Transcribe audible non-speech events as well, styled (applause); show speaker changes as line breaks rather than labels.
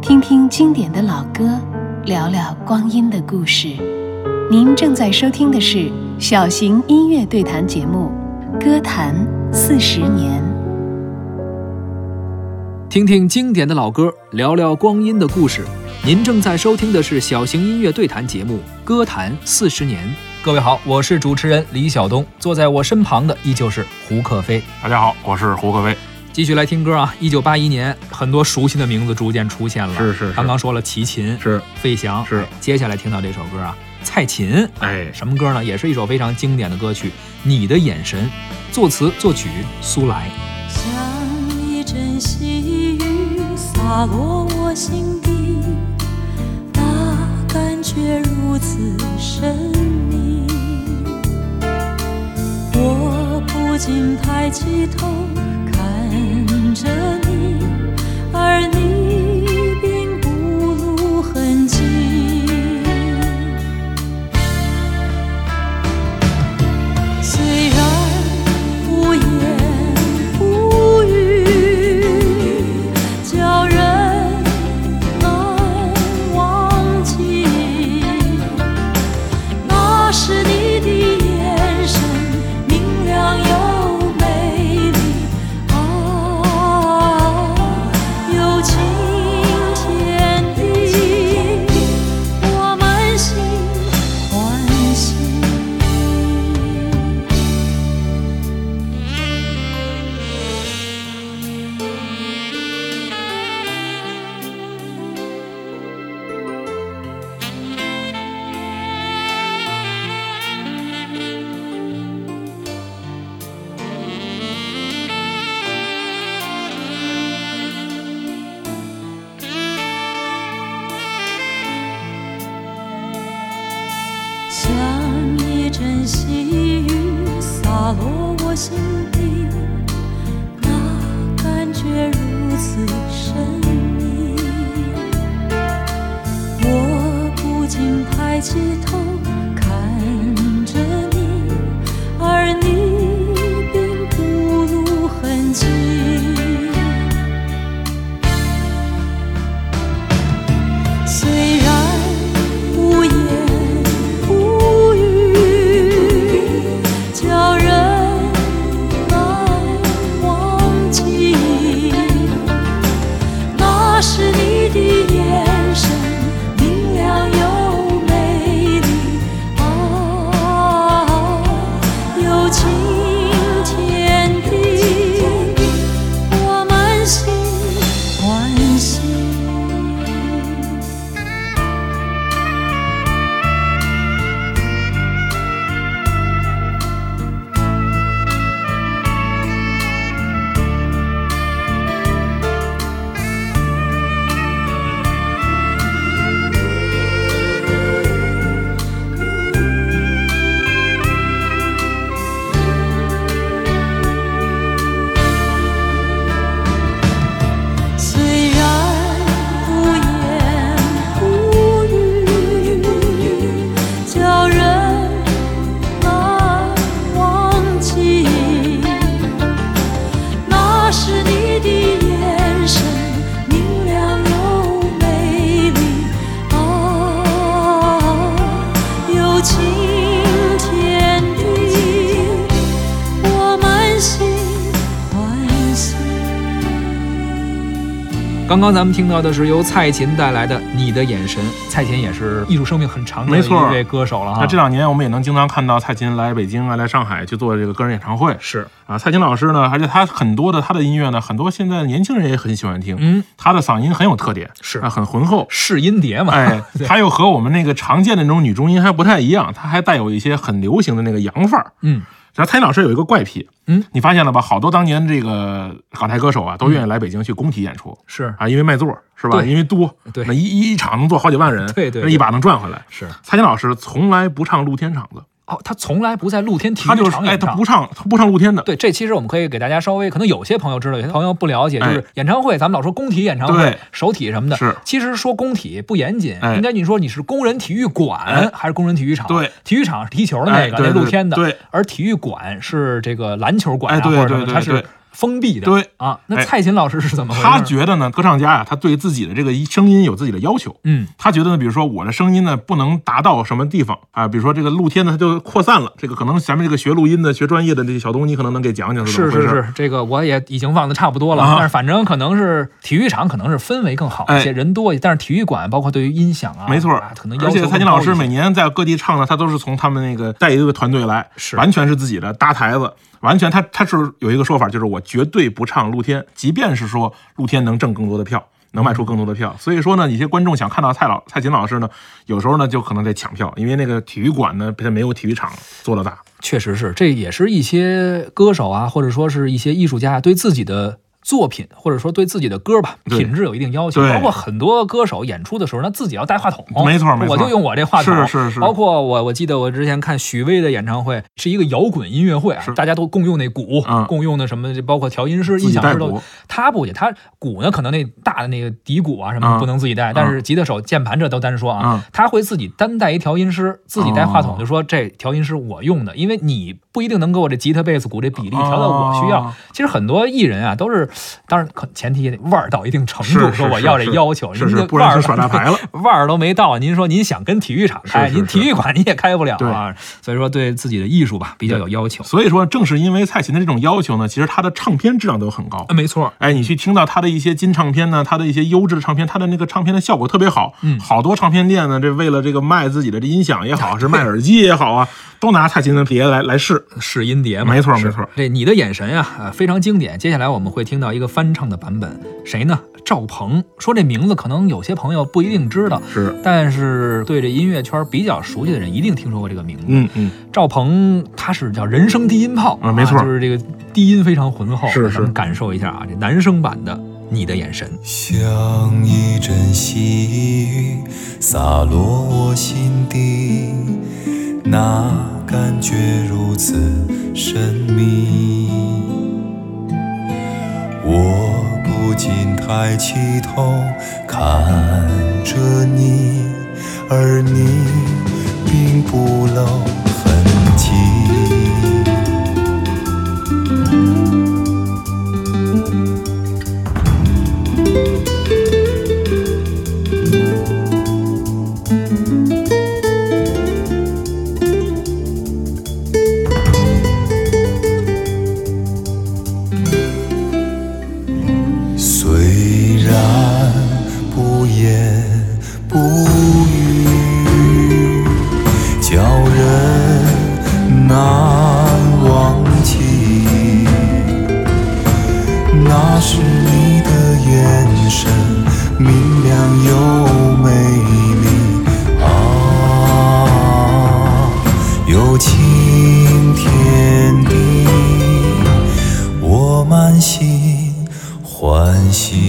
听听经典的老歌，聊聊光阴的故事。您正在收听的是小型音乐对谈节目《歌坛四十年》。
听听经典的老歌，聊聊光阴的故事。您正在收听的是小型音乐对谈节目《歌坛四十年》。各位好，我是主持人李晓东，坐在我身旁的依旧是胡克飞。
大家好，我是胡克威。
继续来听歌啊！一九八一年，很多熟悉的名字逐渐出现了。
是是是
刚刚说了齐秦，
是
费翔，
是
哎接下来听到这首歌啊，蔡琴，
哎
什么歌呢？也是一首非常经典的歌曲，《你的眼神》，作词作曲苏来。
像一阵细雨洒落我心底，那感觉如此神秘。我不禁抬起头看着你，而你并不露痕迹。虽然无言无语，叫人难忘记。那是你的眼神，明亮又美丽，啊，有晴天地，我满心欢喜。像一阵细雨洒落我心底，那感觉如此神秘。我不禁抬起头看着你，而你并不露痕迹。虽然无言无语，叫人难忘记。那是你的眼神，明亮又美丽，啊，有晴天地，我满心欢喜。虽然无言无语，叫人难忘记。那是你的眼神，明亮又美丽，啊，有晴天地，我满心欢喜。
刚刚咱们听到的是由蔡琴带来的《你的眼神》，蔡琴也是艺术生命很长的
没错
一位歌手了哈。
那这两年我们也能经常看到蔡琴来北京啊，来上海去做这个个人演唱会
是，
啊。蔡琴老师呢，而且她很多的她的音乐呢，很多现在年轻人也很喜欢听。
嗯，
她的嗓音很有特点，
是。
啊，很浑厚
试音碟嘛，
哎，她又和我们那个常见的那种女中音还不太一样，她还带有一些很流行的那个洋范儿。
(laughs) 嗯，
然后蔡琴老师有一个怪癖，
嗯，
你发现了吧？好多当年这个港台歌手啊，都愿意来北京去工体演出，
嗯是
啊，因为卖座儿是吧？
对
因为多，
对
那一一一场能坐好几万人，
对对
那一把能赚回来。
是
蔡琴老师从来不唱露天场子，
哦，他从来不在露天体
他
育
就是
场
哎，
演
他
唱
不。唱，他不唱露天的。
对，这其实我们可以给大家稍微，可能有些朋友知道，有些朋友不了解，就
哎
是演唱会，咱们老说工体演唱会
对、
首体什么的，
是
其实说工体不严谨，
哎
应该你说你是工人体育馆
哎
还是工人体育场？
对，
体育场是踢球的那
哎
个，
对
那
对
露天的，
对，
而体育馆是这个篮球馆啊
哎对
或者什么，
对对
它是
对
封闭的。
对
啊，那
哎
蔡琴老师是怎么回事？
他觉得呢，歌唱家呀、他对自己的这个声音有自己的要求。
嗯
他觉得呢，比如说我的声音呢不能达到什么地方啊，比如说这个露天呢它就扩散了，这个可能咱们这个学录音的、学专业的这些小东，你可能能给讲讲怎
是
么回
是
事。
是，这个我也已经忘得差不多了，
啊
但是反正可能是体育场可能是氛围更好一些，
哎
人多一些，但是体育馆包括对于音响啊，
没错
啊，可能要
而
求
且
更
蔡琴
高
老
一
师
些
每年在各地唱呢，他都是从他们那个带一个团队来，
是
完全是自己的搭台子，完全他他是有一个说法，就是我绝对不唱露天，即便是说露天能挣更多的票。能卖出更多
嗯
的票，所以说呢，一些观众想看到蔡老蔡琴老师呢，有时候呢就可能得抢票，因为那个体育馆呢，它没有体育场做得大。
确实是，这也是一些歌手啊，或者说是一些艺术家对自己的作品，或者说对自己的歌吧，
对
品质有一定要求。
对
包括很多歌手演出的时候，他自己要带话筒。啊
没错没错
我就用我这话筒。
是是是
包括我，我记得我之前看许巍的演唱会，是一个摇滚音乐会啊
是，
大家都共用那鼓，
嗯
共用的什么，包括调音师、
自
音
己
响
带
师都
鼓。
他不也，他鼓呢，可能那大的那个底鼓啊什么的
嗯
不能自己带，但是吉他手、键盘这都单说啊，
嗯
他会自己单带一调音师，自己带话筒，
哦
就说这调音师我用的，因为你不一定能给我这吉他、贝斯、鼓这比例调到我需要
哦。
其实很多艺人啊，都是，当然可前提也得腕儿到一定程
是
度，
是
说我
是
要这
是
要求，
是
您
是
这
不
腕
然
儿
就耍
(laughs)
大牌了。
腕儿都没到，您说您想跟体育场开，
是是
您体
是
育馆你也开不了啊，所以说对自己的艺术吧比较有要求。
所以说，正是因为蔡琴的这种要求呢，其实她的唱片质量都很高
啊，。没错，
哎，你去听到她的一些金唱片呢，她的一些优质的唱片，她的那个唱片的效果特别好。
嗯
好多唱片店呢，这为了这个卖自己的这音响也好，是卖耳机也好啊，都拿蔡琴的碟来来试。
试音碟嘛，
没错
是
没错。
这你的眼神啊，呃非常经典。接下来我们会听到一个翻唱的版本，谁呢？赵鹏。说这名字可能有些朋友不一定知道，
是，
但是对这音乐圈比较熟悉的人一定听说过这个名字。
嗯嗯，
赵鹏他是叫人声低音炮
啊没错
就是这个低音非常浑厚。
是
让咱们
是
感受一下啊，这男声版的《你的眼神》。
像一阵细雨洒落我心底，那感觉如此神秘。我不禁抬起头看着你，而你并不露痕迹。虽然不言不语，叫人难忘记。那是你的眼神，明亮又美丽啊，有晴天地，我满心欢喜。